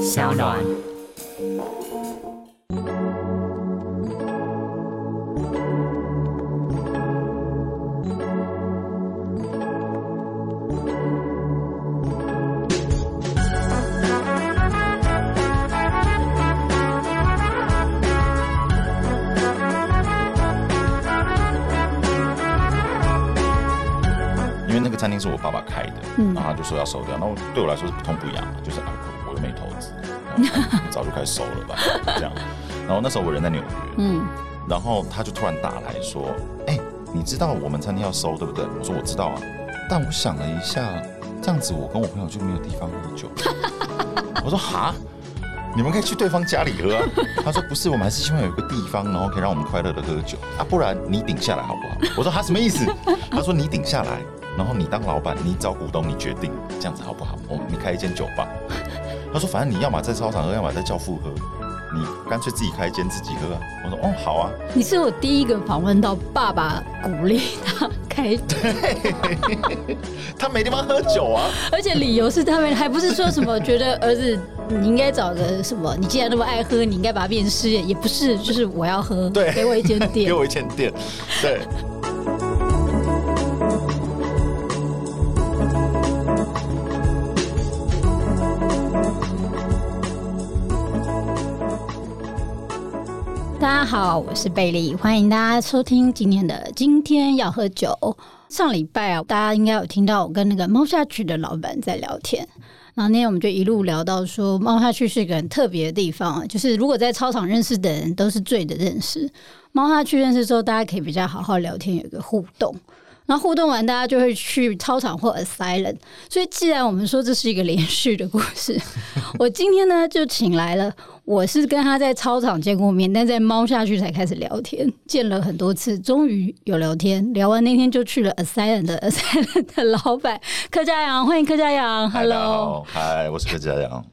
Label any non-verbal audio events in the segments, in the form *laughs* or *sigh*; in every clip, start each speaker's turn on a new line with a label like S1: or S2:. S1: 小暖。
S2: 因为那个餐厅是我爸爸开的，
S3: 嗯
S2: 然后他就说要收掉，那我对我来说是不痛不痒嘛，就是啊，我又没投资，然后你早就该收了吧， *laughs* 这样。然后那时候我人在纽约，
S3: 嗯，
S2: 然后他就突然打来说：“哎、你知道我们餐厅要收对不对？”我说：“我知道啊。”但我想了一下，这样子我跟我朋友就没有地方喝酒。 *laughs* 我说：“哈，你们可以去对方家里喝、啊。” *laughs* 他说：“不是，我们还是希望有一个地方，然后可以让我们快乐的喝酒啊，不然你顶下来好不好？”我说：“他什么意思？”他说：“你顶下来，然后你当老板，你找股东，你决定这样子好不好？我们你开一间酒吧。”他说：“反正你要么在操场喝，要么在教父喝，你干脆自己开一间自己喝啊。”我说：“哦，好啊。”
S3: 你是我第一个访问到爸爸鼓励他开，
S2: 他没地方喝酒啊，
S3: 而且理由是他们还不是说什么觉得儿子你应该找个什么，你既然那么爱喝，你应该把它变成事业，也不是，就是我要喝，
S2: 对
S3: 给我一间
S2: 给 *laughs*
S3: 店。
S2: 我一间店。对，
S3: 大家好，我是贝利，欢迎大家收听今天的今天要喝酒。上礼拜啊，大家应该有听到我跟那个猫下去的老板在聊天。然后那天我们就一路聊到说，猫下去是一个很特别的地方啊，就是如果在操场认识的人都是醉的认识，猫下去认识之后，大家可以比较好好聊天，有一个互动。然后互动完，大家就会去操场或 asylum。所以，既然我们说这是一个连续的故事， *laughs* 我今天呢就请来了，我是跟他在操场见过面，但在猫下去才开始聊天，见了很多次，终于有聊天。聊完那天就去了 asylum 的 *laughs* asylum 的老板柯家阳，欢迎柯家阳
S2: 嗨大家
S3: ，Hello。
S2: 好哦嗨，我是柯佳阳。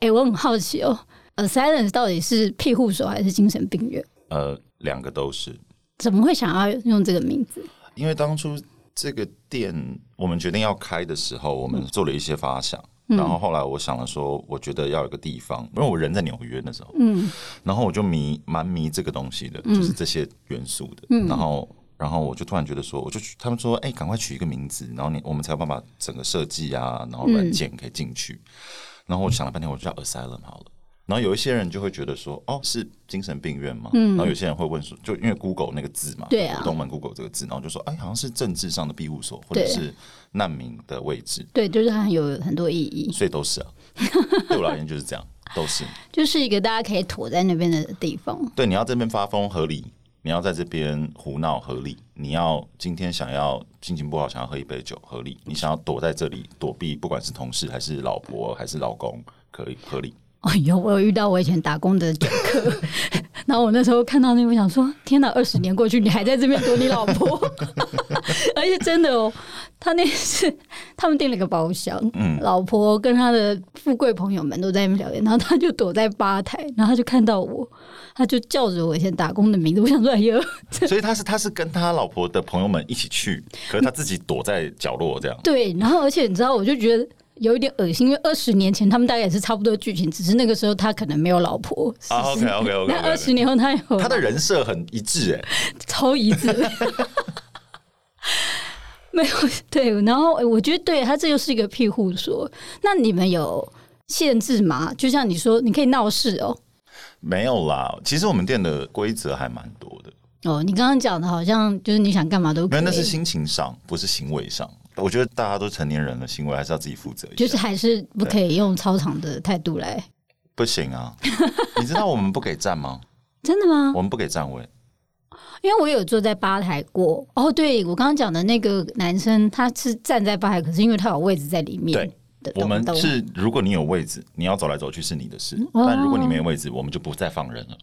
S3: 哎、我很好奇哦，asylum 到底是庇护所还是精神病院？
S2: 呃，两个都是，
S3: 怎么会想要用这个名字？
S2: 因为当初这个店我们决定要开的时候，我
S3: 嗯
S2: 们做了一些发想。然后后来我想了说，我觉得要有个地方，因为我人在纽约那时候，
S3: 嗯
S2: 然后我就迷蛮迷这个东西的，就是这些元素的。
S3: 嗯
S2: 然后，然后我就突然觉得说，我就去他们说，哎、赶快取一个名字，然后你我们才有办法整个设计啊，然后
S3: 嗯
S2: 软件可以进去。然后我想了半天，我就叫 asylum 好了。然后有一些人就会觉得说，哦，是精神病院吗？然后有些人会问说，就因为 Google 那个字嘛，
S3: 嗯对啊
S2: 东门 Google 这个字，然后就说，哎，好像是政治上的庇护所，或者
S3: 对
S2: 是难民的位置，
S3: 对，就是它有很多意义，
S2: 所以都是啊。 *laughs* 对我而言就是这样，都是。
S3: 就是一个大家可以躲在那边的地方。
S2: 对，你要这边发疯合理，你要在这边胡闹合理，你要今天想要心情不好想要喝一杯酒合理，你想要躲在这里躲避，不管是同事还是老婆还是老公，可以合
S3: *laughs*
S2: 理。
S3: 哦，有我有遇到我以前打工的酒客， *laughs* 然后我那时候看到那个，我想说：天哪，二十年过去，你还在这边躲你老婆？ *laughs* 而且真的哦，他那是他们订了个包厢，老婆跟他的富贵朋友们都在那边聊天，然后他就躲在吧台，然后他就看到我，他就叫着我以前打工的名字，我想说：哎呦， *laughs*
S2: 所以他是他是跟他老婆的朋友们一起去，可是他自己躲在角落这样。
S3: 对，然后而且你知道，我就觉得有一点恶心，因为二十年前他们大概也是差不多的剧情，只是那个时候他可能没有老婆。 *laughs* 是
S2: 啊，OK OK
S3: 那
S2: OK，,
S3: 二十年后他有
S2: 他的人设很一致哎、
S3: 超一致。 *laughs* 没有对，然后诶我觉得对他这就是一个庇护所。那你们有限制吗？就像你说，你可以闹事哦。
S2: 没有啦。其实我们店的规则还蛮多的，
S3: 哦，你刚刚讲的好像就是你想干嘛都
S2: 没
S3: 可
S2: 有
S3: 以，
S2: 那是心情上，不是行为上。我觉得大家都成年人了，行为还是要自己负责一下。
S3: 就是还是不可以用操场的态度来。
S2: 不行啊！你知道我们不给站吗？
S3: 真的吗？
S2: 我们不给站位。
S3: 因为我有坐在吧台过。哦，对我刚刚讲的那个男生，他是站在吧台，可是因为他有位置在里面。
S2: 对
S3: 的，
S2: 我们
S3: 懂懂
S2: 是，如果你有位置，你要走来走去是你的事；
S3: 哦
S2: 但如果你没有位置，我们就不再放人了。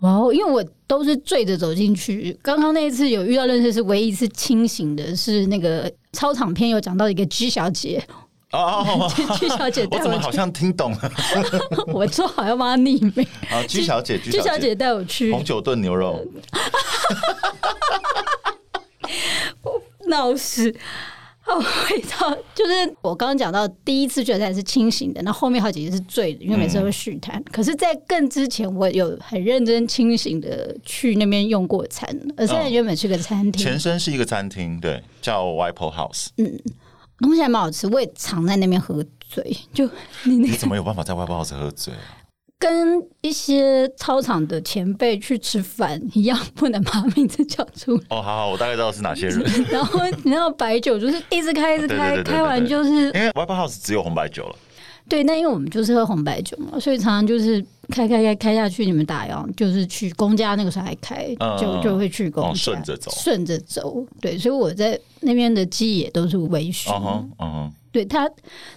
S3: 哦，因为我都是醉着走进去。刚刚那一次有遇到认识，是唯一一次清醒的，是那个操场片有讲到一个 G
S2: *laughs*
S3: 小姐
S2: 哦哦，哦
S3: ，G 小姐带
S2: 我怎么
S3: 我
S2: 好像听懂了？
S3: 去，我说好要帮她匿名
S2: 啊居小姐，居
S3: ，G 小姐带我去
S2: 红酒炖牛肉，
S3: 闹事。哦，味道就是我刚刚讲到，第一次觉得他是清醒的，那后面好几次是醉的，因为每
S2: 嗯
S3: 次都会续谈。可是，在更之前，我有很认真清醒的去那边用过餐，而
S2: 哦
S3: 且原本去个餐厅，
S2: 前身是一个餐厅，对，叫 Whipple House。
S3: 东西还蛮好吃，我也常在那边喝醉。就你那
S2: 你怎么有办法在 Whipple House 喝醉啊？
S3: 跟一些操场的前辈去吃饭一样，不能把名字叫出来。
S2: 哦，好好，我大概知道是哪些人，
S3: 然后你知道白酒就是一直开，一直
S2: 对对
S3: 开，
S2: 啊对对对
S3: 开完就是
S2: *laughs* 因为 Whipple House 只有红白酒了。
S3: 对，那因为我们就是喝红白酒嘛，所以常常就是开开开开下去，你们打烊就是去公家那个时候还开，
S2: 嗯
S3: 就就会去公家，
S2: 哦顺着走
S3: 顺着走。对，所以我在那边的记忆也都是微醺。
S2: 嗯哼，嗯哼，
S3: 对他，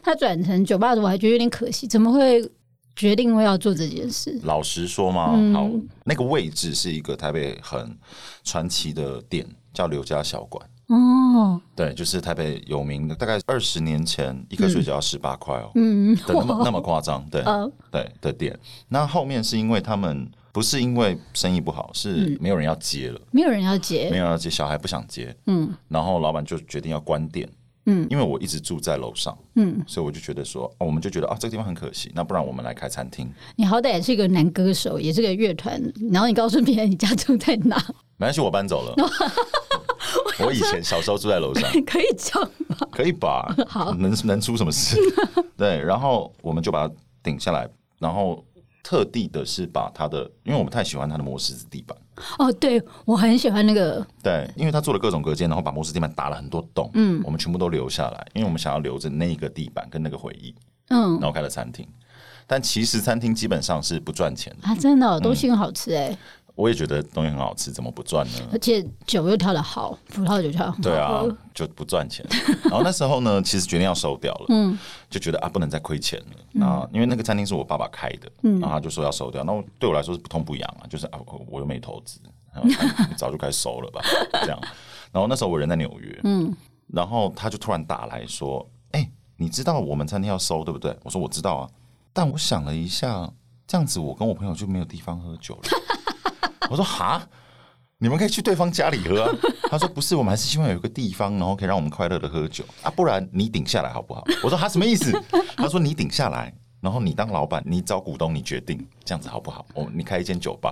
S3: 他转成酒吧的，我还觉得有点可惜，怎么会决定会要做这件事？
S2: 老实说嘛，
S3: 嗯
S2: 好，那个位置是一个台北很传奇的店，叫刘家小馆。
S3: 哦，
S2: 对，就是台北有名的，大概二十年前一颗水饺要十八块哦，
S3: 嗯，
S2: 对，那么那么夸张，对，
S3: 呃，
S2: 对的店。那后面是因为他们不是因为生意不好，是
S3: 嗯
S2: 没有人要接了，
S3: 没有人要接
S2: 没，有人要接，小孩不想接，
S3: 嗯
S2: 然后老板就决定要关店。
S3: 嗯，
S2: 因为我一直住在楼上，
S3: 嗯，
S2: 所以我就觉得说，哦、我们就觉得啊，这个地方很可惜，那不然我们来开餐厅。
S3: 你好歹也是一个男歌手，也是个乐团，然后你告诉别人你家住在哪， *laughs*
S2: 没关系，我搬走了。我以前小时候住在楼
S3: *laughs*
S2: 上，
S3: 可以讲吗？
S2: 可以吧？
S3: 好
S2: 能能出什么事？对，然后我们就把它顶下来，然后特地的是把它的，因为我们太喜欢它的磨石子地板，
S3: 哦，对我很喜欢那个
S2: 对，因为它做了各种隔间，然后把磨石地板打了很多洞，嗯，我们全部都留下来，因为我们想要留着那个地板跟那个回忆，
S3: 嗯
S2: 然后开了餐厅。但其实餐厅基本上是不赚钱的，
S3: 啊，真的哦、东西很好吃哎、
S2: 我也觉得东西很好吃，怎么不赚呢？
S3: 而且酒又调的好，葡萄酒调的好，
S2: 对啊，就不赚钱。然后那时候 *laughs* 呢，其实决定要收掉了，嗯，就觉得啊，不能再亏钱了啊，因为那个餐厅是我爸爸开的，嗯，然后他就说要收掉，那我对我来说是不痛不痒啊，就是啊，我我又没投资，然后 *laughs* 他早就该收了吧，这样。然后那时候我人在纽约，嗯，然后他就突然打来说，哎、你知道我们餐厅要收对不对？我说我知道啊，但我想了一下，这样子我跟我朋友就没有地方喝酒了。 *laughs* 我说哈。你们可以去对方家里喝啊。 *laughs* 他说不是，我们还是希望有一个地方，然后可以让我们快乐的喝酒啊，不然你顶下来好不好？我说他什么意思？ *laughs* 他说你顶下来，然后你当老板，你找股东，你决定这样子好不好？我你开一间酒吧。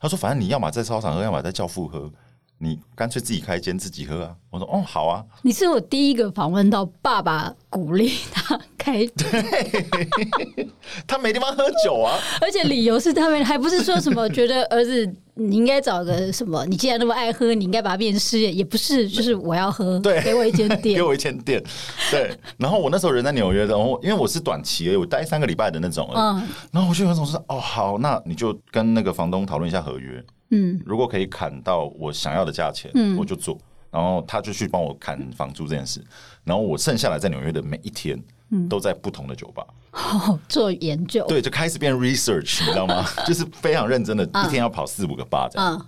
S2: 他说反正你要么在操场喝，要么在教父喝，你干脆自己开一间自己喝啊。我说哦好啊，
S3: 你是我第一个访问到爸爸鼓励他开，
S2: 他没地方喝酒啊。
S3: 而且理由是他们还不是说什么觉得儿子你应该找个什么，你既然那么爱喝，你应该把它变成事业，也不是，就是我要喝，
S2: 对
S3: 给我一间
S2: 给
S3: 店，
S2: 我一间店，对。然后我那时候人在纽约，然后因为我是短期而已，我待三个礼拜的那种而已，
S3: 嗯
S2: 然后我就有种是哦，好，那你就跟那个房东讨论一下合约，
S3: 嗯，
S2: 如果可以砍到我想要的价钱，我就做。然后他就去帮我砍房租这件事，然后我剩下来在纽约的每一天，
S3: 嗯
S2: 都在不同的酒吧，
S3: 哦，做研究，
S2: 对，就开始变 research，你知道
S3: *laughs*
S2: 吗？就是非常认真的，一天要跑四五个吧，这样，
S3: 嗯，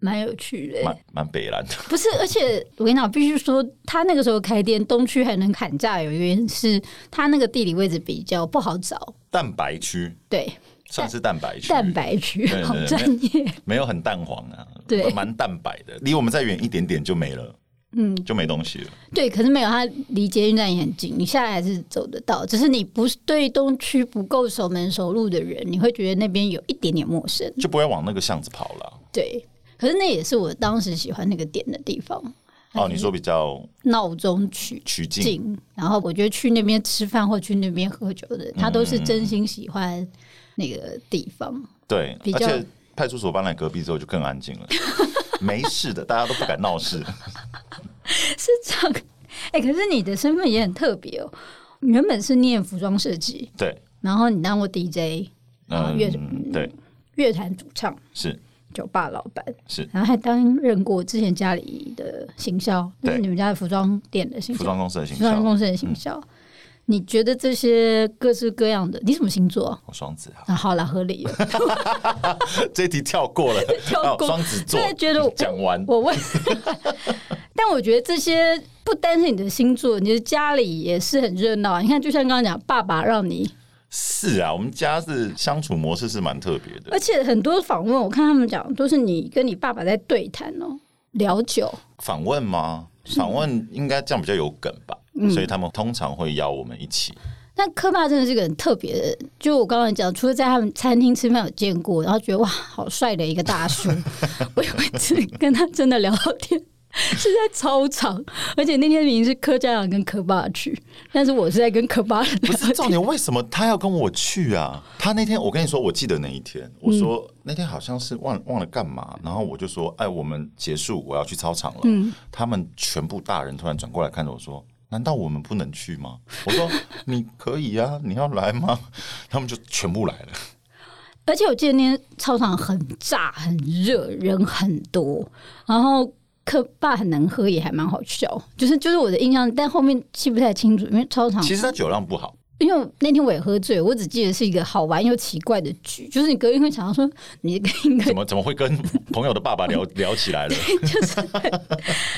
S3: 蛮有趣的、
S2: 蛮蛮北蓝的。
S3: 不是，而且我跟你讲，必须说，他那个时候开店，东区还能砍价，有一个原因是他那个地理位置比较不好找，
S2: 蛋白区
S3: 对，
S2: 算是蛋白区，
S3: 蛋白区
S2: 对对
S3: 好
S2: 对
S3: 专业，
S2: 没有很蛋黄啊，
S3: 对
S2: 蛮蛋白的。离我们再远一点点就没了，嗯，就没东西了。
S3: 对，可是没有，他离捷运站也很近，你下来还是走得到，只是你不是对东区不够熟门熟路的人，你会觉得那边有一点点陌生，
S2: 就不会往那个巷子跑了。
S3: 对。可是那也是我当时喜欢那个点的地方，
S2: 哦，
S3: 哎
S2: 你说比较
S3: 闹中取
S2: 取径，
S3: 景，然后我觉得去那边吃饭或去那边喝酒的人，他都是真心喜欢那个地方。
S2: 对
S3: 比，
S2: 而
S3: 较
S2: 且派出所搬来隔壁之后就更安
S3: *laughs*
S2: 静了，没事的，大家都不敢闹事。
S3: 是这样。哎、可是你的身份也很特别哦，你原本是念服装设计， *laughs*
S2: 对，
S3: 然后你当过 DJ，然后乐、
S2: 嗯，对，
S3: 乐坛主唱、
S2: 是
S3: 酒吧老板，
S2: 是
S3: 然后还担任过之前家里的行销，就是
S2: 对
S3: 你们家的服装店的行
S2: 服
S3: 销，嗯
S2: 装公司的形
S3: 服装
S2: 象。
S3: 公司的行销。你觉得这些各式各样的，你什么星座啊？
S2: 哦双子啊， *laughs*
S3: 啊，好了，合理了。
S2: 这一题跳过了，
S3: *laughs* 跳
S2: 哦
S3: 过
S2: 双子座
S3: 真的觉得我
S2: *laughs* 讲完
S3: 我问， *laughs* 但我觉得这些不单是你的星座，你的家里也是很热闹啊。你看，就像刚刚讲，爸爸让你
S2: 是啊，我们家是相处模式是蛮特别的
S3: 而，且很多访问，我看他们讲都是你跟你爸爸在对谈哦，聊酒。
S2: 访问吗？访问应该这样比较有梗吧，
S3: 嗯
S2: 所以他们通常会邀我们一起。
S3: 但科爸真的是个很特别的人，就我刚刚讲，除了在他们餐厅吃饭有见过，然后觉得哇，好帅的一个
S2: *laughs*
S3: 大叔，我有一次跟他真的聊到天。是在操场，而且那天明明是柯家长跟柯爸去，但是我是在跟柯爸
S2: 不
S3: 聊
S2: 是重点，为什么他要跟我去啊？他那天我跟你说，我记得那一天，我说、那天好像是忘忘了干嘛，然后我就说，哎，我们结束，我要去操场了。他们全部大人突然转过来看着我说。难道我们不能去吗？我说你可以啊， *laughs* 你要来吗？他们就全部来了。
S3: 而且我记得那天操场很炸、很热，人很多，然后柯爸很能喝，也还蛮好笑。就是就是我的印象，但后面记不太清楚，因为操场，
S2: 其实他酒量不好，
S3: 因为那天我也喝醉，我只记得是一个好玩又奇怪的局，就是你隔天会想到说，你跟一个
S2: 怎么怎么会跟朋友的爸爸聊聊起来了？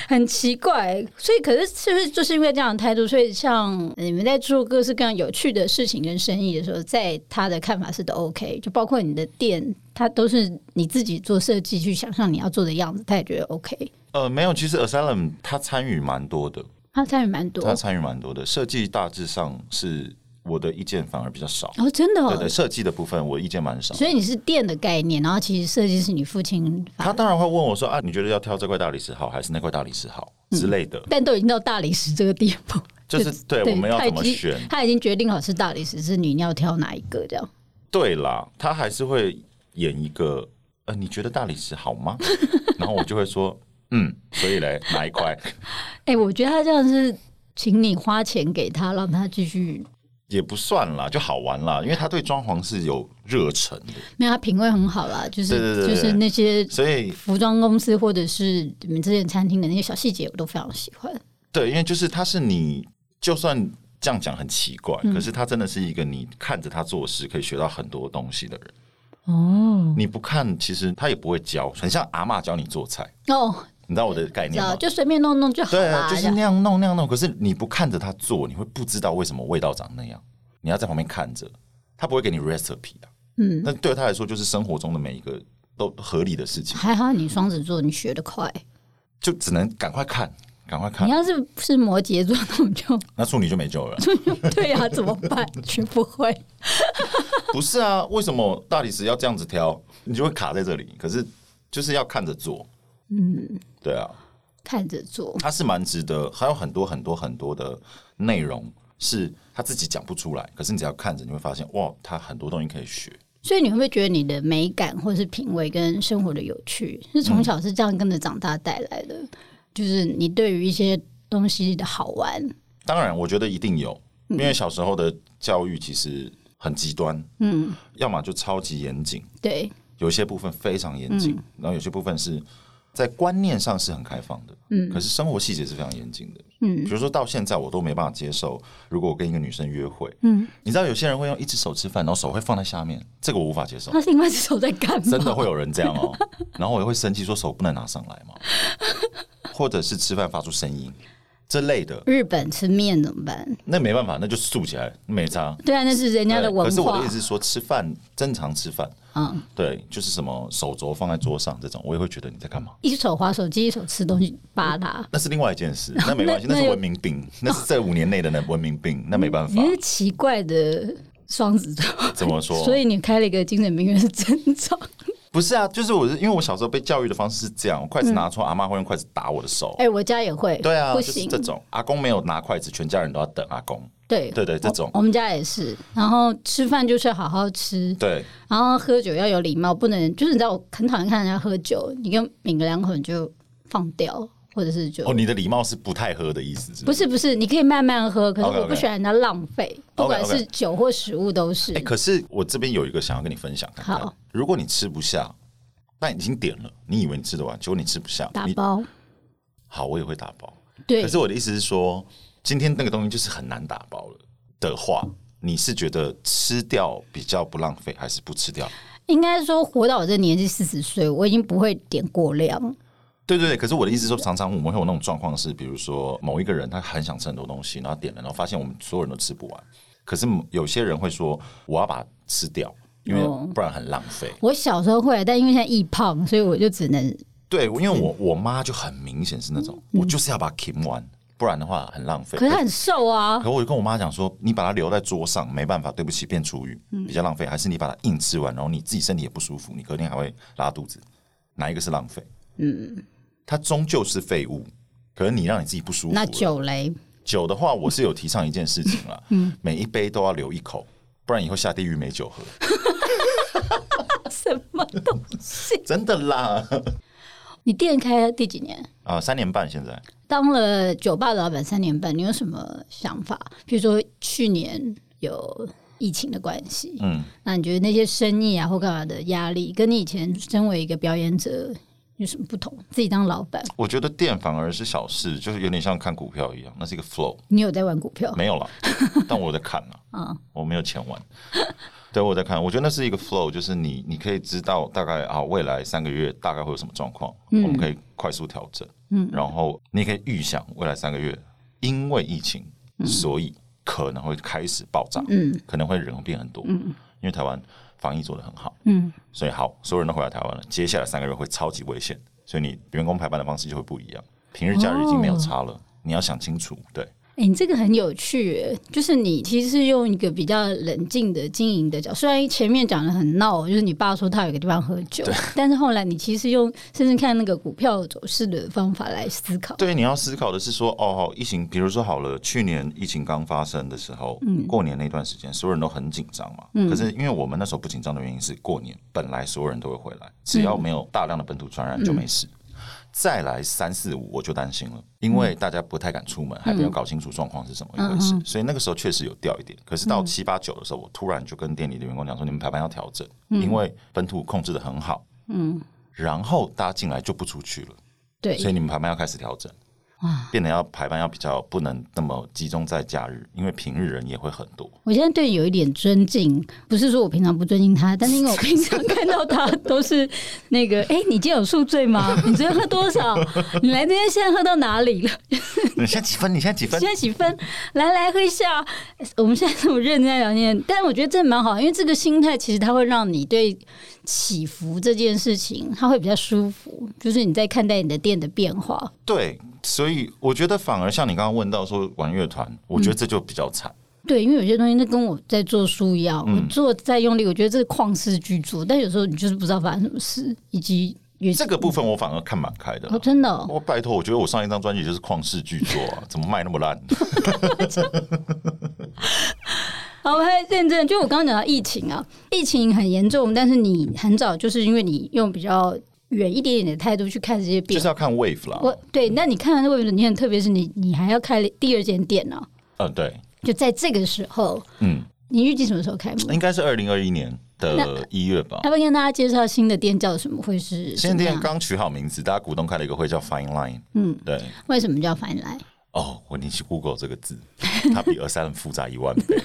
S3: 很奇怪，所以可是是不是就是因为这样的态度，所以像你们在做各式各样有趣的事情跟生意的时候，在他的看法是都 OK，就包括你的店，他都是你自己做设计去想象你要做的样子，他也觉得 OK，
S2: 呃，没有，其实 Asylum 他参与蛮多的，
S3: 他参与蛮多
S2: 他参与蛮多的，设计大致上是我的意见反而比较少。
S3: 哦，真的、
S2: 对
S3: 哦
S2: 对，，设计的部分我意见蛮少。
S3: 所以你是店的概念，然后其实设计是你父亲发
S2: 他当然会问我说啊，你觉得要挑这块大理石好，还是那块大理石好之类的？
S3: 但都已经到大理石这个地步，
S2: 嗯就是对我们要
S3: 他已
S2: 怎么
S3: 经
S2: 选？
S3: 他已经决定好是大理石，是你要挑哪一个这样。
S2: 对啦，他还是会演一个呃，你觉得大理石好 *laughs* 吗？然后我就会说嗯，所以嘞，哪一块
S3: 哎、我觉得他这样是请你花钱给他，让他继续。
S2: 也不算啦，就好玩啦，因为他对装潢是有热忱的，
S3: 没有，他品味很好啦，就是
S2: 对对对对
S3: 就是那些
S2: 所以
S3: 服装公司或者是你们之前餐厅的那些小细节，我都非常喜欢。
S2: 对，因为就是他是你，就算这样讲很奇怪，
S3: 嗯
S2: 可是他真的是一个你看着他做事可以学到很多东西的人。
S3: 哦
S2: 你不看，其实他也不会教，很像阿嬷教你做菜，
S3: 哦，
S2: 你知道我的概
S3: 知
S2: 念
S3: 道
S2: 吗？
S3: 就随便弄弄就好
S2: 对啊
S3: 啦。，
S2: 就是
S3: 这样
S2: 那样弄那样弄。可是你不看着他做，你会不知道为什么味道长那样。你要在旁边看着，他不会给你 recipe 的。嗯，那对他来说就是生活中的每一个都合理的事情，
S3: 还好你双子座，你学得快。
S2: 就只能赶快看，赶快看
S3: 你。要是是摩羯座，那我就 *laughs*
S2: 那处女就没救了。
S3: 对呀、怎么办？学不会。
S2: *laughs* 不是啊，为什么大理石要这样子挑，你就会卡在这里？可是就是要看着做，嗯，对啊，
S3: 看着做，
S2: 它是蛮值得，还有很多很多很多的内容是他自己讲不出来，可是你只要看着，你会发现哇，他很多东西可以学。
S3: 所以你会不会觉得你的美感或是品味跟生活的有趣，是从小是这样跟着长大带来的？就是你对于一些东西的好玩，
S2: 当然，我觉得一定有，因为小时候的教育其实很极端，嗯，要么就超级严谨，
S3: 对，
S2: 有一些部分非常严谨，
S3: 嗯
S2: 然后有些部分是在观念上是很开放的，嗯，可是生活细节是非常严谨的，嗯，比如说到现在我都没办法接受，如果我跟一个女生约会，嗯，你知道有些人会用一只手吃饭，然后手会放在下面，这个我无法
S3: *laughs*
S2: 接受。
S3: 那是另外一只手在干嘛？
S2: 真的会有人这样哦，然后我也会生气，说手不能拿上来嘛，或者是吃饭发出声音这类的，
S3: 日本吃面怎么办？
S2: 那没办法，那就竖起来，没差。
S3: 对啊，那是人家的
S2: 对
S3: 文
S2: 可是我
S3: 化
S2: 的意。思是说，吃饭正常吃饭，
S3: 嗯，
S2: 对，就是什么手肘放在桌上这种，我也会觉得你在干嘛。
S3: 一手划手机，一手吃东西，扒拉。
S2: 那是另外一件事，那没关系，
S3: *laughs* 那
S2: 那
S3: 那
S2: 是
S3: 有
S2: 文明
S3: *laughs*
S2: 病，那是这五年内的那文明病，那没办法
S3: 嗯你。是奇怪的双子座，
S2: 怎么说？
S3: 所以你开了一个精神病院是真常。
S2: 不是啊，就是我是因为我小时候被教育的方式是这样，我筷子拿错，阿妈会用筷子打我的手。
S3: *laughs* 哎、我家也会，
S2: 对啊，
S3: 不
S2: 就是
S3: 行，
S2: 这种。阿公没有拿筷子，全家人都要等阿公。
S3: 对
S2: 对对，这种
S3: 我们家也是。然后吃饭就是好好吃，
S2: 对，
S3: 然后喝酒要有礼貌，不能就是你知道我很讨厌看人家喝酒，你跟抿个两口你就放掉，或者是就、
S2: 哦，你的礼貌是不太喝的意思是不
S3: 不
S2: 是？
S3: 是不是，你可以慢慢喝，可是
S2: OK，OK
S3: 我不喜欢人家浪费不管
S2: OK，OK
S3: 是酒或食物都是。
S2: 哎，可是我这边有一个想要跟你分享看看。
S3: 好，
S2: 如果你吃不下，但已经点了，你以为你吃得完，结果你吃不下，
S3: 打
S2: 你
S3: 包
S2: 好，我也会打包。
S3: 对
S2: 可，是我的意思是说，今天那个东西就是很难打包了的话，你是觉得吃掉比较不浪费，还是不吃掉？
S3: 应该说活到我这年纪四十岁，我已经不会点过量。
S2: 对对对，可是我的意思是说，常常我们会有那种状况是，比如说某一个人他很想吃很多东西，然后点了，然后发现我们所有人都吃不完。可是有些人会说，我要把它吃掉，因为
S3: 哦
S2: 不然很浪费。 *laughs*
S3: 我小时候会，但因为现在易胖，所以我就只能
S2: 对，因为我我妈就很明显是那种，我就是要把 Kim 完，不然的话很浪费。
S3: 可是他很瘦啊，
S2: 可我就跟我妈讲说，你把它留在桌上，没办法，对不起，变厨余，比较浪费。还是你把它硬吃完，然后你自己身体也不舒服，你隔天还会拉肚子，哪一个是浪费？嗯，它终究是废物，可是你让你自己不舒服了。
S3: 那酒雷
S2: 酒的话，我是有提倡一件事情啦，每一杯都要留一口，不然以后下地狱没酒喝。
S3: 什么东西？
S2: 真的啦， *laughs*
S3: 你店开了第几年？
S2: 啊，三年半现在，
S3: 当了酒吧的老板三年半，你有什么想法？比如说去年有疫情的关系，
S2: 嗯，
S3: 那你觉得那些生意啊或干嘛的压力，跟你以前身为一个表演者有什么不同？自己当老板，
S2: 我觉得店反而是小事，就是有点像看股票一样，那是一个 flow。
S3: 你有在玩股票？啊
S2: 没有 *laughs* 了，但我有在看了，嗯，我没有钱玩。 *laughs* 对，我有在看，我觉得那是一个 flow，就是你你可以知道大概啊未来三个月大概会有什么状况，我们可以快速调整，嗯，然后你也可以预想未来三个月因为疫情，所以可能会开始爆炸，嗯，可能会人会变很多，嗯，因为台湾防疫做得很好，嗯，所以好，所有人都回来台湾了，接下来三个月会超级危险，所以你员工排班的方式就会不一样，平日假日已经没有差了，你要想清楚，对。
S3: 哎、你这个很有趣耶，就是你其实是用一个比较冷静的经营的角度，虽然前面讲的很闹，就是你爸说他有个地方喝酒，但是后来你其实用甚至看那个股票走势的方法来思考。
S2: 对，你要思考的是说，哦，疫情，比如说好了，去年疫情刚发生的时候，过年那段时间，所有人都很紧张嘛。可是因为我们那时候不紧张的原因是，过年本来所有人都会回来，只要没有大量的本土传染就没事。再来三四五我就担心了，因为大家不太敢出门，还没有搞清楚状况是怎么一回事，所以那个时候确实有掉一点。可是到七八九的时候，我突然就跟店里的员工讲说，你们排班要调整，因为本土控制的很好，然后大家进来就不出去了。
S3: 对，
S2: 所以你们排班要开始调整，变得要排班要比较不能那么集中在假日，因为平日人也会很
S3: *laughs*
S2: 多。
S3: 我现在对你有一点尊敬，不是说我平常不尊敬他，但是因为我平常看到他都是那个， *laughs* 哎、你今天有宿醉吗？你昨天喝多少？你来这边现在喝到哪里了？ *laughs*
S2: 你现在几分？你现在几分
S3: 现？在几分？来来喝一下。我们现在这么认真在聊天，但我觉得这蛮好，因为这个心态其实它会让你对起伏这件事情，它会比较舒服，就是你在看待你的店的变化。
S2: 对，所以我觉得反而像你刚刚问到说玩乐团，我觉得这就比较惨。
S3: 对，因为有些东西那跟我在做书一样，
S2: 嗯
S3: 我做再用力，我觉得这是旷世巨作，但有时候你就是不知道发生什么事，以及有些
S2: 这个部分我反而看蛮开的啦
S3: 哦，。真的、哦，
S2: 我拜托，我觉得我上一张专辑就是旷世巨作
S3: *laughs*
S2: 啊，怎么卖那么烂？
S3: 好，我还认真，就我刚刚讲到疫情啊，疫情很严重，但是你很早就是因为你用比较远一点点的态度去看这些
S2: 就
S3: 变
S2: 是要看 wave 啦
S3: 我。对，那你看完这个为什你很特别，是你你还要开第二间店呢、
S2: 嗯，对，
S3: 就在这个时候，
S2: 嗯，
S3: 你预计什么时候开幕？
S2: 应该是二零二一年的一月吧。
S3: 要不要跟大家介绍新的店叫什么？会是什
S2: 现
S3: 么
S2: 在
S3: 样？
S2: 刚取好名字，大家股东开了一个会叫 Fine Line。嗯，对。
S3: 为什么叫 Fine Line？
S2: 哦，我你去 Google 这个字，它比二三复杂一万倍，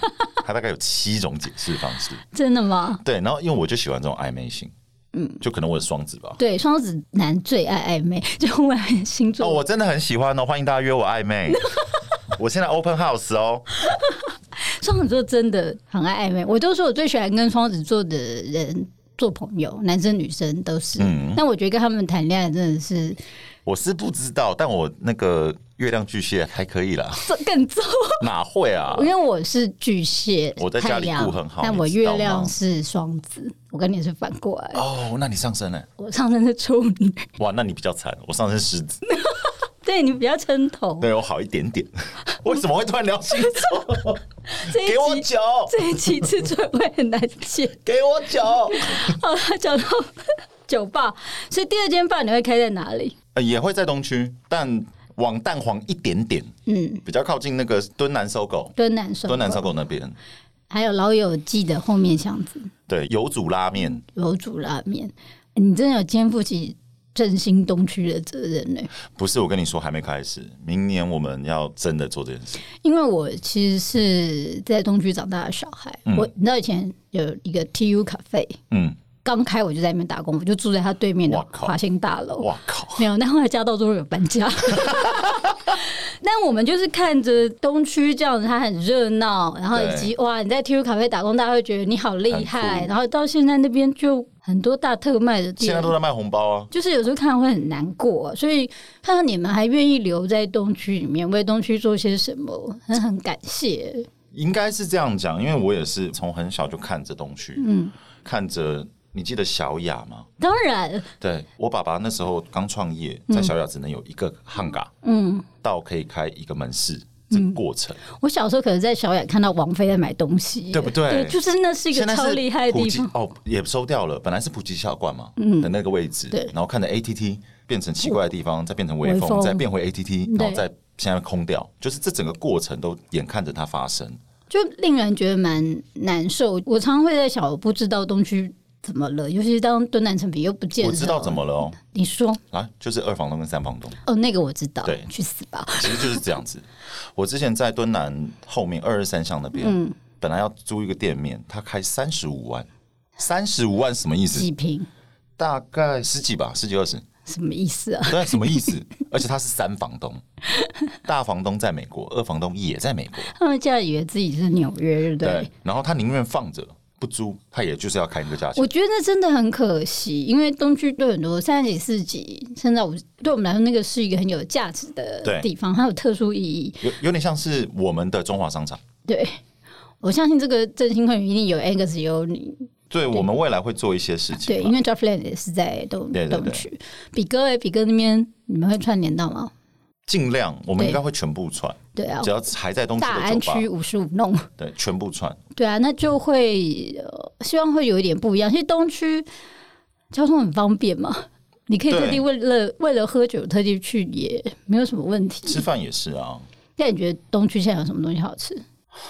S2: 它大概有七种解释方式。
S3: 真的吗？
S2: 对，然后因为我就喜欢这种暧昧性，嗯，就可能我的双子吧。
S3: 对，双子男最爱暧昧， *laughs* 就忽然星
S2: 哦，
S3: 座。
S2: 我真的很喜欢哦，欢迎大家约我暧昧。我现在 open house 哦，
S3: 双子座真的很爱暧昧，我都说我最喜欢跟双子座的人做朋友，男生女生都是。
S2: 嗯
S3: 但我觉得跟他们谈恋爱真的是
S2: 我是不知道，但我那个月亮巨蟹还可以啦，
S3: 这更糟。
S2: 哪会啊
S3: *laughs* 因？为我是巨蟹，
S2: 我在家里
S3: 太阳
S2: 顾很好
S3: 但
S2: 你
S3: 我
S2: 知
S3: 月
S2: 道
S3: 亮
S2: 吗
S3: 是双子，我跟你是反过来，
S2: 哦，那你上升呢？
S3: 我上升是处女，
S2: 哇，那你比较惨，我上升狮子，
S3: 对你比较称头。
S2: 对我好一点点。为什么会突然聊星
S3: *laughs*
S2: 座？
S3: 这
S2: 给我
S3: 一集
S2: 酒，
S3: 这一集之所以会很难解， *laughs*
S2: 给我酒。
S3: 好了，讲到酒吧，所以第二间吧你会开在哪里？
S2: 呃，也会在东区，但往蛋黄一点点，嗯，比较靠近那个敦南搜狗，
S3: 敦南双
S2: 敦南搜狗那边，
S3: 还有老友记的后面巷子
S2: 对，有煮拉面，
S3: 有煮拉面，你真的有肩负起振兴东区的责任呢、
S2: 不是我跟你说还没开始，明年我们要真的做这件事，
S3: 因为我其实是在东区长大的小孩，我你知道以前有一个 TU 咖啡
S2: 嗯，
S3: 刚开，我就在那边打工，我就住在他对面的
S2: 哇靠
S3: 华兴大楼。
S2: 哇靠， *laughs*
S3: 没有，但后来家道中有搬家，但我们就是看着东区这样子，它很热闹，然后
S2: 对
S3: 以及哇，你在 TU 咖啡打工，大家会觉得你好厉
S2: 很
S3: 害。
S2: 酷
S3: 然后到现在那边就很多大特卖的
S2: 现
S3: 店
S2: 在，都在卖红包啊。
S3: 就是有时候看会很难过。所以看到你们还愿意留在东区里面，为东区做些什么，很很感谢。
S2: 应该是这样讲，因为我也是从很小就看着东区，嗯，看着你记得小雅吗？
S3: 当然，
S2: 对我爸爸那时候刚创业，在小雅只能有一个汉嘎，
S3: 嗯，
S2: 到可以开一个门市，这个过程、
S3: 我小时候可能在小雅看到王菲在买东西，
S2: 对不对
S3: 就是那是一个
S2: 现在
S3: 超
S2: 是
S3: 厉害的
S2: 普
S3: 地
S2: 及
S3: 方。嗯
S2: 哦，也收掉了，本来是普及小馆嘛，的那个位置，
S3: 对
S2: 然后看着 ATT 变成奇怪的地方，再变成微
S3: 微
S2: 风，
S3: 风
S2: 再变回 ATT，然后
S3: 对
S2: 再现在空掉，就是这整个过程都眼看着它发生。
S3: 就令人觉得蛮难受。我常常会在想，我不知道东区怎么了，尤其是当敦南成品又不见了。
S2: 我知道怎么了哦，
S3: 你说
S2: 来，就是二房东跟三房东。
S3: 哦，那个我知道，
S2: 对
S3: 去死吧！
S2: 其实就是这样子。我之前在敦南后面二十三巷那边，
S3: 嗯
S2: 本来要租一个店面，他开三十五万，三十五万什么意思？
S3: 几平
S2: 大概十几吧，十几二十，
S3: 什么意思啊？ *laughs*
S2: 对，什么意思？而且他是三房东，大房东在美国，二房东也在美国，
S3: 他们竟然以为自己是纽约，对不对？
S2: 对。然后他宁愿放着不租，他也就是要开那个价钱
S3: 我。觉得真的很可惜，因为东区对很多三十几、四十几，甚至我对我们来说，那个是一个很有价值的
S2: 对
S3: 地方，它有特殊意义。
S2: 有有点像是我们的中华商场，
S3: 对我相信这个振兴会一定有 Angus 有你，
S2: 对我们未来会做一些事情
S3: 对，
S2: 嘛。
S3: 因为 Draftland 也是在东
S2: 对对对
S3: 东区。比哥哎、比哥那边你们会串联到吗？
S2: 尽量我们
S3: 对
S2: 应该会全部串，
S3: 对啊
S2: 只，要还在东区
S3: 大
S2: 的
S3: 安
S2: 酒
S3: 区
S2: 吧，
S3: 五十五弄，
S2: 对，全部串。
S3: 对啊，那就会、呃、希望会有一点不一样。其实东区交通很方便嘛，你可以特地
S2: 对
S3: 为了为了喝酒特地去也没有什么问题。
S2: 吃饭也是啊，
S3: 那你觉得东区现在有什么东西好吃？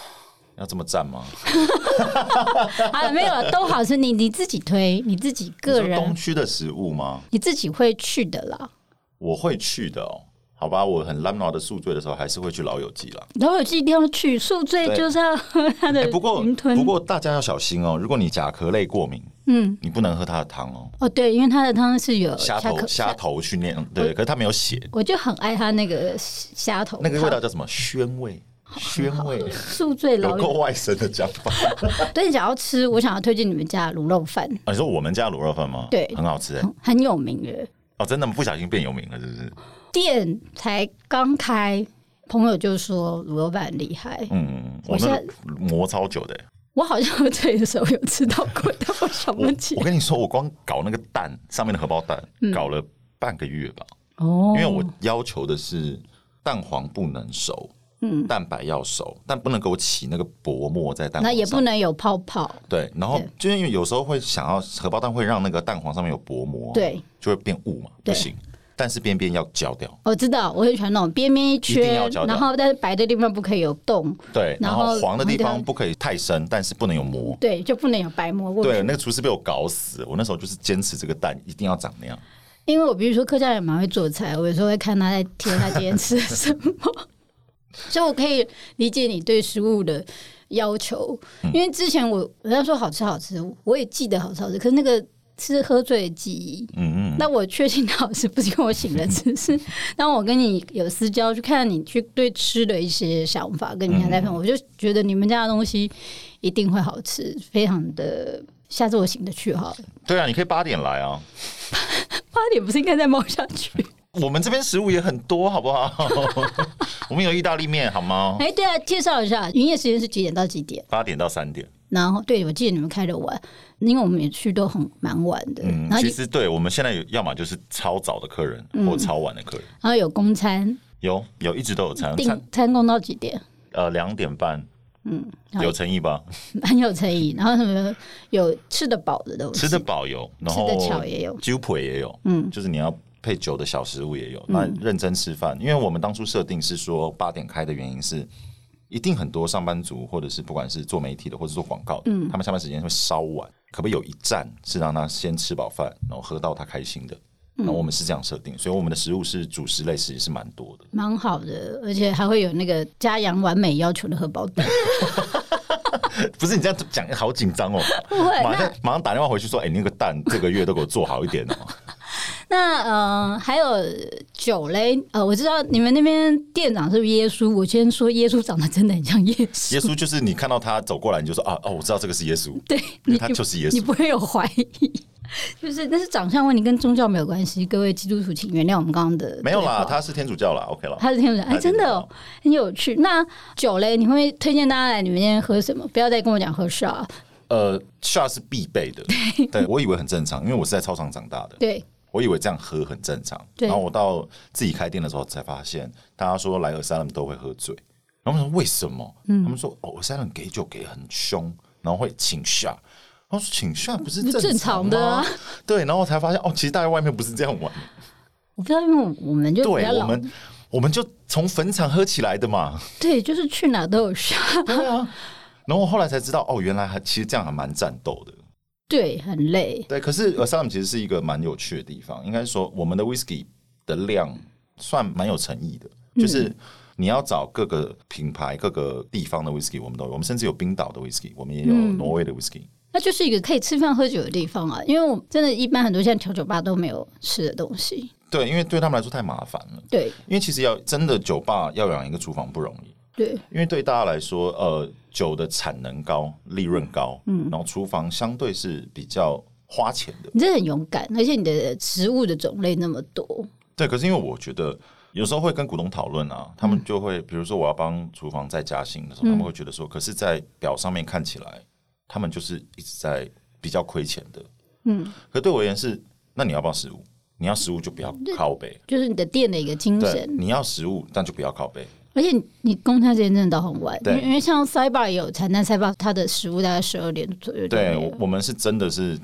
S3: *laughs*
S2: 要这么站吗？
S3: 啊，没有啊，都好吃。你你自己推，你自己个
S2: 你说东
S3: 人，
S2: 区的食物吗？
S3: 你自己会去的啦。
S2: 我会去的哦。好吧，我很烂脑的宿醉的时候，还是会去老友记啦。
S3: 然后有一定要去宿醉，
S2: 对
S3: 就是要喝它的
S2: 哎、不过
S3: 云吞。
S2: 不过大家要小心哦，如果你甲壳类过敏，嗯，你不能喝它的汤哦。
S3: 哦，对，因为它的汤是有
S2: 虾头
S3: 呃壳呃
S2: 虾头去酿，对，可是它没有血，
S3: 我就很爱它那个虾头
S2: 那个味
S3: 汤
S2: 道叫什么？鲜味，鲜味，
S3: 宿醉
S2: 有
S3: 老
S2: 够啊
S3: 友。
S2: 外省的讲
S3: *laughs*
S2: 法。
S3: 对你想要吃，我想要推荐你们家的卤肉饭，
S2: 啊你说我们家卤肉饭吗？
S3: 对
S2: 很好吃哎。
S3: 很很有名的
S2: 哦，真的吗不小心变有名了，是不是？
S3: 店，才刚开，朋友就说卤肉饭很厉害。
S2: 嗯，
S3: 我
S2: 我
S3: 现
S2: 那
S3: 在
S2: 磨超久的哎。
S3: 我好像喝醉的时候有吃到过， *laughs* 但我想不起
S2: 我跟你说，我光搞那个蛋上面的荷包蛋，
S3: 嗯
S2: 搞了半个月吧，
S3: 哦
S2: 因为我要求的是蛋黄不能熟，
S3: 嗯
S2: 蛋白要熟，但不能给我起那个薄膜在蛋黄
S3: 那
S2: 上，哦
S3: 也不能有泡泡，
S2: 对。然后
S3: 对
S2: 就因为有时候会想要荷包蛋会让那个蛋黄上面有薄膜，
S3: 对，
S2: 就会变雾嘛，
S3: 对
S2: 不行。但是边边要焦掉，
S3: 我知道，我很喜欢那种边边一
S2: 一定
S3: 圈
S2: 要，焦掉
S3: 然后但是白的地方不可以有洞，
S2: 对，
S3: 然
S2: 然
S3: 后
S2: 后黄的地
S3: 黄
S2: 方
S3: 的
S2: 不可以太深，但是不能有膜。
S3: 对，就不能有白沫。
S2: 对，，那个厨师被我搞死，我那时候就是坚持这个蛋一定要长那样。
S3: 因为我比如说客家人蛮会做菜，我有时候会看他在贴他今天吃了什
S2: *laughs*
S3: 么，所以我可以理解你对食物的要求。
S2: 嗯
S3: 因为之前我人家说好吃好吃，我也记得好吃好吃，可是那个是喝醉的记忆。
S2: 嗯嗯，
S3: 那我确信它好吃，不是因为我醒了吃，
S2: *laughs*
S3: 是当我跟你有私交，去看你去对吃的一些想法跟你想在分，
S2: 嗯
S3: 我就觉得你们家的东西一定会好吃，非常的。下次我醒得去
S2: *laughs*
S3: 好了，
S2: 对啊，你可以八点来啊。
S3: 八点不是应该再猫下去？
S2: 我们这边食物也很多，好不好？ *laughs* 我们有意大利面，好吗？
S3: 哎，对啊，介绍一下营业时间是几点到几点？
S2: 八点到三点，
S3: 然后，对我记得你们开的晚，因为我们也去都很蛮晚的。
S2: 嗯
S3: 然，后嗯
S2: 其
S3: 有，
S2: 实对我们现在有，要么就是超早的客人，或超晚的客人，
S3: 然后有公餐，
S2: 有有一直都有餐餐
S3: 订，餐供到几点？
S2: 呃，两点半，
S3: 嗯然后
S2: 有诚意吧？
S3: 很有诚意。然后什么有吃得饱的东西，
S2: 吃得饱有，然后
S3: 吃得巧也有
S2: 酒腿也有，嗯，就是你要配酒的小食物也有。
S3: 嗯
S2: 那认真吃饭，因为我们当初设定是说八点开的原因是。一定很多上班族，或者是不管是做媒体的，或者做广告的，
S3: 嗯
S2: 他们下班时间会稍晚，可不可以有一站是让他先吃饱饭，然后喝到他开心的？然
S3: 嗯
S2: 后我们是这样设定，所以我们的食物是主食类，其实是蛮多的。
S3: 蛮好的，而且还会有那个嘉阳完美要求的荷包蛋。
S2: 不是你这样讲，好
S3: *laughs*
S2: 紧张哦！
S3: *laughs* 不会
S2: *laughs* 马
S3: 那 *laughs*
S2: 上马上打电话回去说，哎、你那个蛋这个月都给我做好一点哦。
S3: 那呃，还有酒嘞，呃，我知道你们那边店长是不是耶稣，我先说耶稣长得真的很像耶稣，
S2: 耶稣就是你看到他走过来，你就说啊哦，我知道这个是耶稣，
S3: *laughs* 对
S2: 因
S3: 你
S2: 为他就是耶
S3: 你
S2: 稣。
S3: 不会有怀疑。就是那是长相问题，跟宗教没有关系。各位基督徒，请原谅我们刚刚的
S2: 没有啦，
S3: 对话
S2: 他是天主教啦 o k 啦。
S3: 他是天主教，哎，
S2: 他是天
S3: 真
S2: 主教
S3: 的、哦、很有趣。那酒嘞，你会推荐大家来你们店喝什么？不要再跟我讲喝啥。
S2: 呃，shot 是必备的，对我以为很正常，因为我是在操场长大的，
S3: 对，
S2: 我以为这样喝很正常。
S3: 对
S2: 然后我到自己开店的时候才发现，大家说来 Asylum 都会喝醉，然后我说为什么？
S3: 嗯
S2: 他们说哦，Asylum 给酒给很凶，然后会请下。然后说请下不是
S3: 不是
S2: 正
S3: 正
S2: 常
S3: 常的
S2: 吗
S3: 啊
S2: 对，然后我才发现哦，其实大家外面不是这样玩，
S3: 我不知道，因为我们就
S2: 对
S3: 比较
S2: 我
S3: 老，
S2: 们我们就从坟场喝起来的
S3: *laughs*
S2: 嘛。
S3: 对，就是去哪都有杀，
S2: 对啊，然后我后来才知道，哦，原来还其实这样还蛮战斗的。
S3: *laughs* 对，很累。
S2: 对，可是 Asylum 其实是一个蛮有趣的地方，应该说我们的 Whisky 的量算蛮有诚意的，就是你要找各个品牌、各个地方的 Whisky，我们都有，我们甚至有冰岛的 Whisky，我们也有挪威的 Whisky。
S3: 那就是一个可以吃饭喝酒的地方啊，因为我真的一般很多现在调酒吧都没有吃的东西。
S2: 对，因为对他们来说太麻烦了，
S3: 对
S2: 因为其实要真的酒吧要养一个厨房不容易。
S3: 对，
S2: 因为对大家来说，呃，酒的产能高，利润高，嗯，然后厨房相对是比较花钱的，
S3: 你真的很勇敢，而且你的食物的种类那么多，
S2: 对。可是因为我觉得有时候会跟股东讨论啊，他们就会，比如说我要帮厨房再加薪的时候，他们会觉得说，可是，在表上面看起来，他们就是一直在比较亏钱的，嗯。可对我而言是，那你要不要食物？你要食物就不要靠背，
S3: 就是你的店的一个精
S2: 对，
S3: 神。
S2: 你要食物，但就不要靠背。
S3: 而且你你公餐时间真的到很晚，因
S2: 对
S3: 为因为像 Side Bar 也有餐，但 Side Bar 它的食物大概十二点左右就没
S2: 对
S3: 了
S2: 我，我们是真的是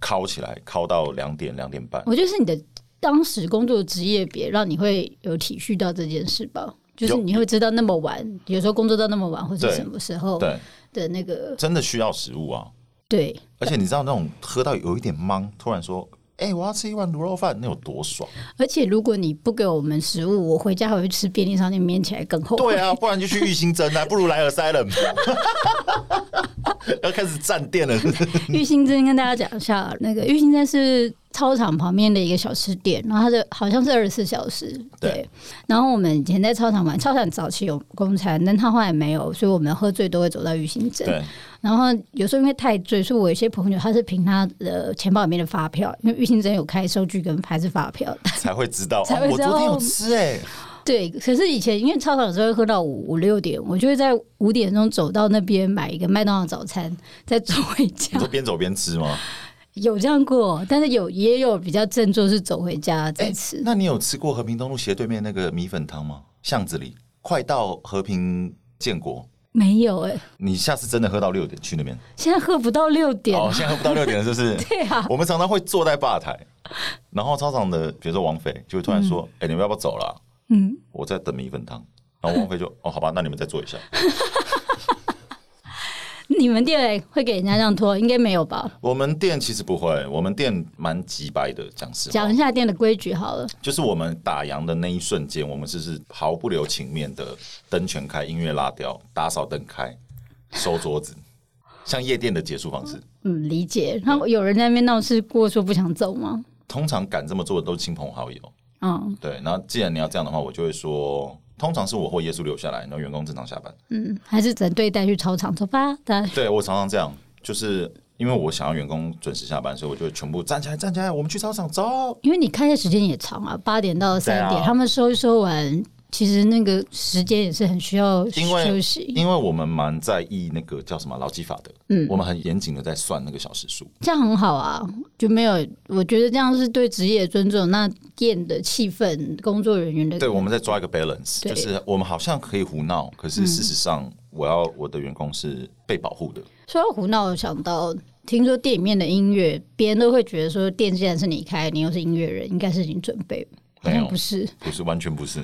S2: 敲起来，敲到两点、两点半。
S3: 我觉得是你的当时工作的职业别让你会有体恤到这件事吧，就是
S2: 有
S3: 你会知道那么晚，有时候工作到那么晚，或者
S2: 对
S3: 什么时候
S2: 对，
S3: 的那个
S2: 真的需要食物啊！
S3: 对。
S2: 而且你知道那种喝到有一点懵，突然说：“哎、我要吃一碗卤肉饭”，那有多爽？
S3: 而且如果你不给我们食物，我回家还会吃便利商店面起来更后悔。
S2: *laughs* 对啊，不然就去玉兴蒸 *laughs* 啊，不如来 Asylum。要开始站店了，
S3: *laughs* 玉兴真跟大家讲一下，那个玉兴真是操场旁边的一个小吃店，然后它的好像是二十四小时。
S2: 对
S3: 然后我们以前在操场玩，操场早期有公餐，但它后来没有，所以我们喝醉都会走到玉兴真。
S2: 对
S3: 然后有时候因为太醉，所以我有些朋友他是凭他的钱包里面的发票，因为玉兴真有开收据跟拍是发
S2: *laughs*
S3: 票的。
S2: 才会知道。
S3: 才会
S2: 哦我
S3: 知道
S2: 昨天有吃哎、
S3: 对，可是以前因为操场有时候会喝到五五六点，我就会在五点钟走到那边买一个麦当劳早餐，再走回家
S2: 你。说边走边吃吗？
S3: 有这样过，但是有也有比较振作是走回家再吃。
S2: 哎那你有吃过和平东路斜对面那个米粉汤吗？巷子里，快到和平建国。
S3: 没有哎、
S2: 你下次真的喝到六点去那边，
S3: 现在喝不到六点，
S2: 哦，现在喝不到六点了，是不 *laughs* 是？
S3: 对啊，
S2: 我们常常会坐在吧台，然后操场的，比如说王菲就会突然说：“哎、你们要不要走了啊、
S3: 嗯，
S2: 我在等米粉汤。”然后王菲就：“哦，好吧，那你们再坐一下。
S3: 你们店会给人家这样拖，应该没有吧”？
S2: 我们店其实不会，我们店蛮急白的，讲实话
S3: 讲一，下店的规矩好了，
S2: 就是我们打烊的那一瞬间，我们就是毫不留情面的灯全开，音乐拉掉，打扫灯开，收桌
S3: *laughs*
S2: 子，像夜店的结束方式。
S3: 嗯，理解。然后有人在那边闹事过，说不想走吗？
S2: 通常敢这么做的都是亲朋好友，
S3: 嗯，
S2: 对。然后既然你要这样的话，我就会说，通常是我或耶稣留下来，然后员工正常下班。
S3: 嗯，还是整队带去操场走吧。大家
S2: 对我常常这样，就是因为我想要员工准时下班，所以我就全部站起来，站起来，我们去操场走。
S3: 因为你开的时间也长啊，八点到三
S2: 对
S3: 点，
S2: 啊
S3: 他们收一收完，其实那个时间也是很需要
S2: 因为
S3: 休息。
S2: 因为我们蛮在意那个叫什么劳基法的，嗯，我们很严谨的在算那个小时数。
S3: 这样很好啊，就没有，我觉得这样是对职业的尊重，那店的气氛、工作人员的
S2: 对，我们在抓一个 balance，
S3: 对嗯
S2: 就是我们好像可以胡闹，可是事实上，我要我的员工是被保护
S3: *laughs*
S2: 的。
S3: 说到胡闹，我想到听说店里面的音乐，别人都会觉得说店既然是你开，你又是音乐人，应该是已经准备了，好
S2: 没有
S3: 像不是，
S2: 不是，完全不是，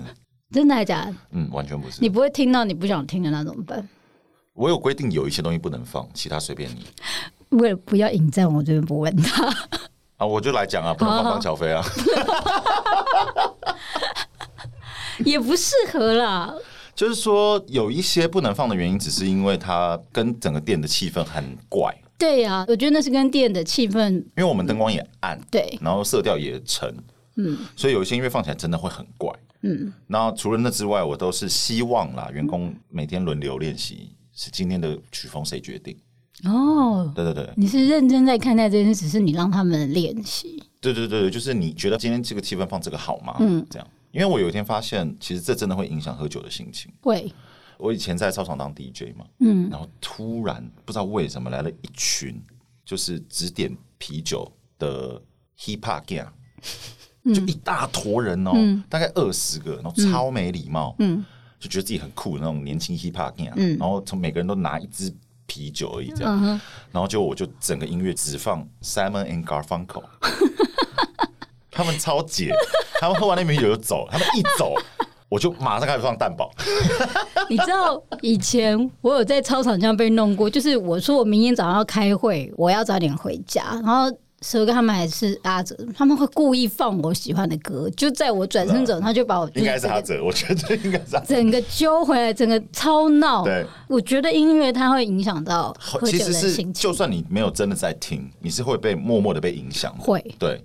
S3: 真的还假的？
S2: 嗯，完全不是
S3: 你。不会听到你不想听的那怎么办？
S2: 我有规定，有一些东西不能放，其他随便你
S3: 为了不要引战，我这边不问他。
S2: 啊，我就来讲啊，不能放
S3: 好好
S2: 张小飞啊。
S3: *laughs*
S2: *laughs*
S3: 也不适合啦。
S2: 就是说，有一些不能放的原因，只是因为它跟整个店的气氛很怪，
S3: 啊对呀、我觉得那是跟店的气氛
S2: 因为我们灯光也暗，
S3: 对
S2: 然后色调也沉，嗯，所以有一些音乐放起来真的会很怪，嗯。然后除了那之外，我都是希望啦，员工每天轮流练习，是今天的曲风谁决定？
S3: 哦，
S2: 对对对，
S3: 你是认真在看待这件事，只是你让他们练习。
S2: 对对对，就是你觉得今天这个气氛放这个好吗？嗯，这样，因为我有一天发现，其实这真的会影响喝酒的心情。
S3: 会，
S2: 我以前在操场当 DJ 嘛，嗯，然后突然不知道为什么来了一群就是只点啤酒的 hip hop gang，就一大坨人哦，大概二十个，然后超没礼貌，嗯，就觉得自己很酷的那种年轻 hip hop gang，、然啊后从每个人都拿一支啤酒而已这样，然后就我就整个音乐只放 Simon and Garfunkel。他们超解，他们喝完那瓶酒就走，他们一走，我就马上开始放蛋堡。
S3: *laughs* 你知道以前我有在操场这样被弄过，就是我说我明天早上要开会，我要早点回家，然后。蛇哥他们还是阿哲，他们会故意放我喜欢的歌，就在我转身走，他就把我
S2: *laughs* 应该是阿哲，我觉得应该是阿哲。
S3: 整个揪回来，整个超闹。
S2: 对，
S3: 我觉得音乐它会影响到喝
S2: 其
S3: 酒的
S2: 实是，
S3: 心情。
S2: 就算你没有真的在听，你是会被默默的被影响的。
S3: 会
S2: 对，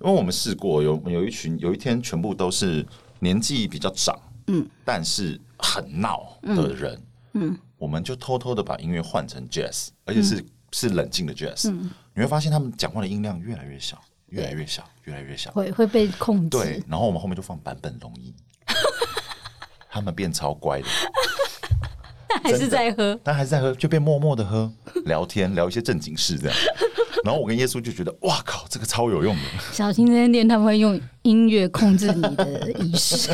S2: 因为我们试过有有一群，有一天全部都是年纪比较长，嗯，但是很闹的人，嗯，我们就偷偷的把音乐换成 jazz，而且是、是冷静的 jazz，、你会发现他们讲话的音量越来越小，越来越小，越来越小。
S3: 会会被控制。
S2: 对，然后我们后面就放版本龙一，他们变超乖的，
S3: 还是在喝。
S2: 但还是在喝，就变默默的喝， *laughs* 聊天聊一些正经事这样。 *laughs* 然后我跟耶稣就觉得，哇靠，这个超有用的， *laughs*
S3: 小型间店他们会用音乐控制你的意
S2: *laughs*
S3: 识，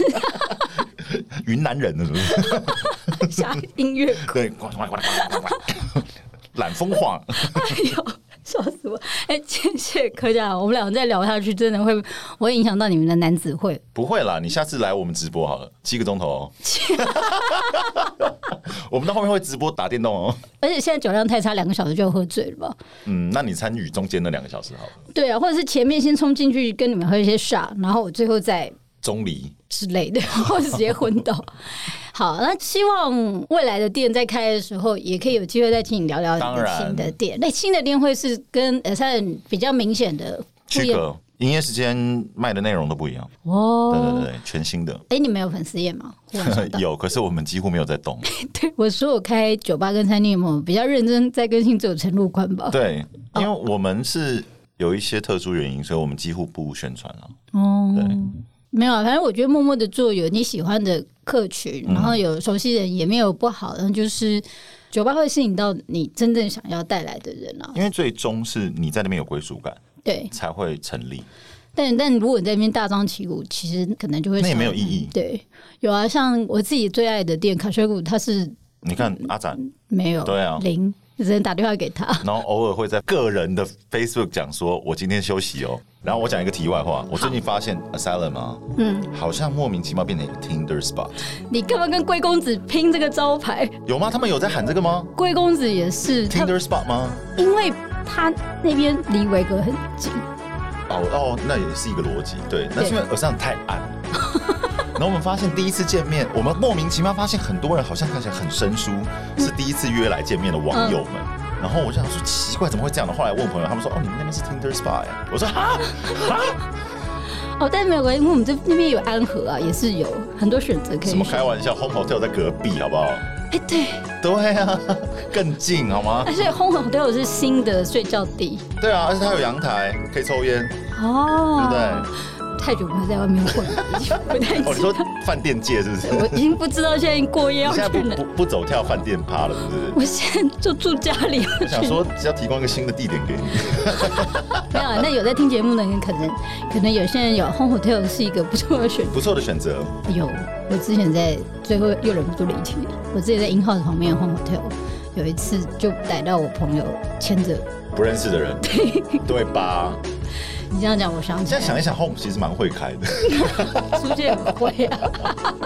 S2: 云南人的是不是？
S3: 加音乐控。
S2: 对，呱呱呱呱呱呱呱 *laughs* 懒风化，
S3: 哎呦，笑死我！哎，谢谢科长，我们俩再聊下去真的会，我会影响到你们的男子会。
S2: 不会啦，你下次来我们直播好了，七个钟头、哦， *laughs* 我们到后面会直播打电动哦。
S3: 而且现在酒量太差，两个小时就喝醉了吧？
S2: 嗯，那你参与中间那两个小时好了，
S3: 对啊，或者是前面先冲进去跟你们喝一些 shot，然后我最后再
S2: 钟离
S3: 之类的，或者直接昏
S2: *laughs*
S3: 倒。好，那希望未来的店在开的时候，也可以有机会再听你聊聊你
S2: 当
S3: 的
S2: 然
S3: 新的店。那新的店会是跟 S N 比较明显的不一
S2: 区
S3: 样
S2: 隔，营业时间卖的内容都不一样。对
S3: 哦。
S2: 对对，全新的。 *laughs*
S3: 哎、你们有粉丝页吗？忽然想到
S2: 有，可是我们几乎没有在动。
S3: *laughs* 对我说我开酒吧跟餐厅，有没有比较认真在更新只有陈陆宽吧？
S2: 对，因为我们是有一些特殊原因，所以我们几乎不宣传了。
S3: 哦
S2: 对，
S3: 没有啊，反正我觉得默默的做有你喜欢的客群，
S2: 嗯
S3: 然后有熟悉人，也没有不好。然后就是酒吧会吸引到你真正想要带来的人啊。
S2: 因为最终是你在那边有归属感
S3: 对，
S2: 才会成立。
S3: 但但如果你在那边大张旗鼓，其实可能就会
S2: 那也
S3: 少
S2: 没有意义
S3: 对，有啊，像我自己最爱的店卡水谷，它是
S2: 你看阿展，
S3: 没有
S2: 对啊嗯
S3: 零，只能打电话给他。
S2: 然后偶尔会在个人的 Facebook 讲说，我今天休息哦。然后我讲一个题外话，我最近发现 Asylum 啊，嗯，好像莫名其妙变成一个 Tinder spot，
S3: 你干嘛跟龟公子拼这个招牌？
S2: 有吗？他们有在喊这个吗
S3: 龟公子也是他，
S2: ？Tinder spot 吗？
S3: 因为他那边离维格很近，
S2: 哦哦，那也是一个逻辑，对，那
S3: 对
S2: 是因为耳上太暗。然后我们发现第一次见面，我们莫名其妙发现很多人好像看起来很生疏，是第一次约来见面的网友们。然后我就想说奇怪，怎么会这样的？后来问朋友，他们说哦，你们那边是 Tinder Spy，我说哈，
S3: 哦，但没有关系，因为我们这那边有安和啊，也是有很多选择可以
S2: 什么
S3: 选。
S2: 开玩笑，Home Hotel 在隔壁，好不好？
S3: 哎，对，
S2: 对啊， *laughs* 更近好吗
S3: 而？且轰吼都有是新的睡觉地
S2: 对啊，而且它有阳台，可以抽烟，对
S3: 哦
S2: 不对？
S3: 太久没有在外面混了，已经不太
S2: 哦，你
S3: 记
S2: 说
S3: 得。
S2: 饭店界是不
S3: *laughs*
S2: 是？
S3: 我
S2: 你
S3: 已经不知道现在过夜要
S2: 现在
S3: 去
S2: 不
S3: 哪
S2: 不，不走跳饭店趴了，是不是？
S3: 我现在就住家里要
S2: 我想
S3: 去哪。
S2: 说，只要提供一个新的地点给你，
S3: 没有啊，那有在听节目的人，可能可能有些人有 home hotel 是一个不错的选择。
S2: 不错的选择。
S3: 有，我之前在最后又忍不住离题，我自己在 in house 旁边的 home hotel 有一次就逮到我朋友牵着，
S2: 不认识的人，对吧？
S3: 你这样讲，我想起
S2: 现
S3: 来
S2: 在想一想，Home 其实蛮会开的。
S3: 出去很会啊。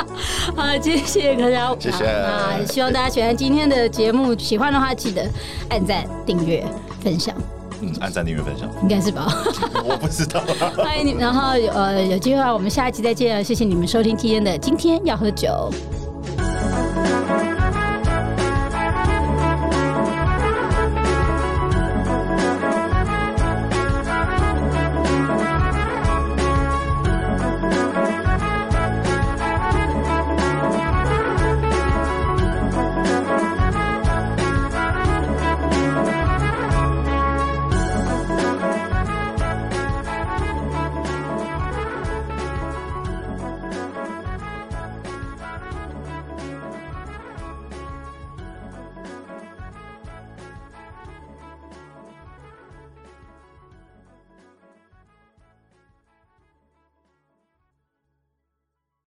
S3: *laughs* 好，今天谢谢大家，
S2: 谢谢
S3: 啊，希望大家喜欢今天的节目，喜欢的话记得按赞、订阅、分享，
S2: 嗯，按赞、订阅、分享，
S3: 应该是吧？ *laughs*
S2: 我不知道啊。
S3: 欢迎你，然后有呃有机会啊我们下一期再见啊，谢谢你们收听今天的今天要喝酒，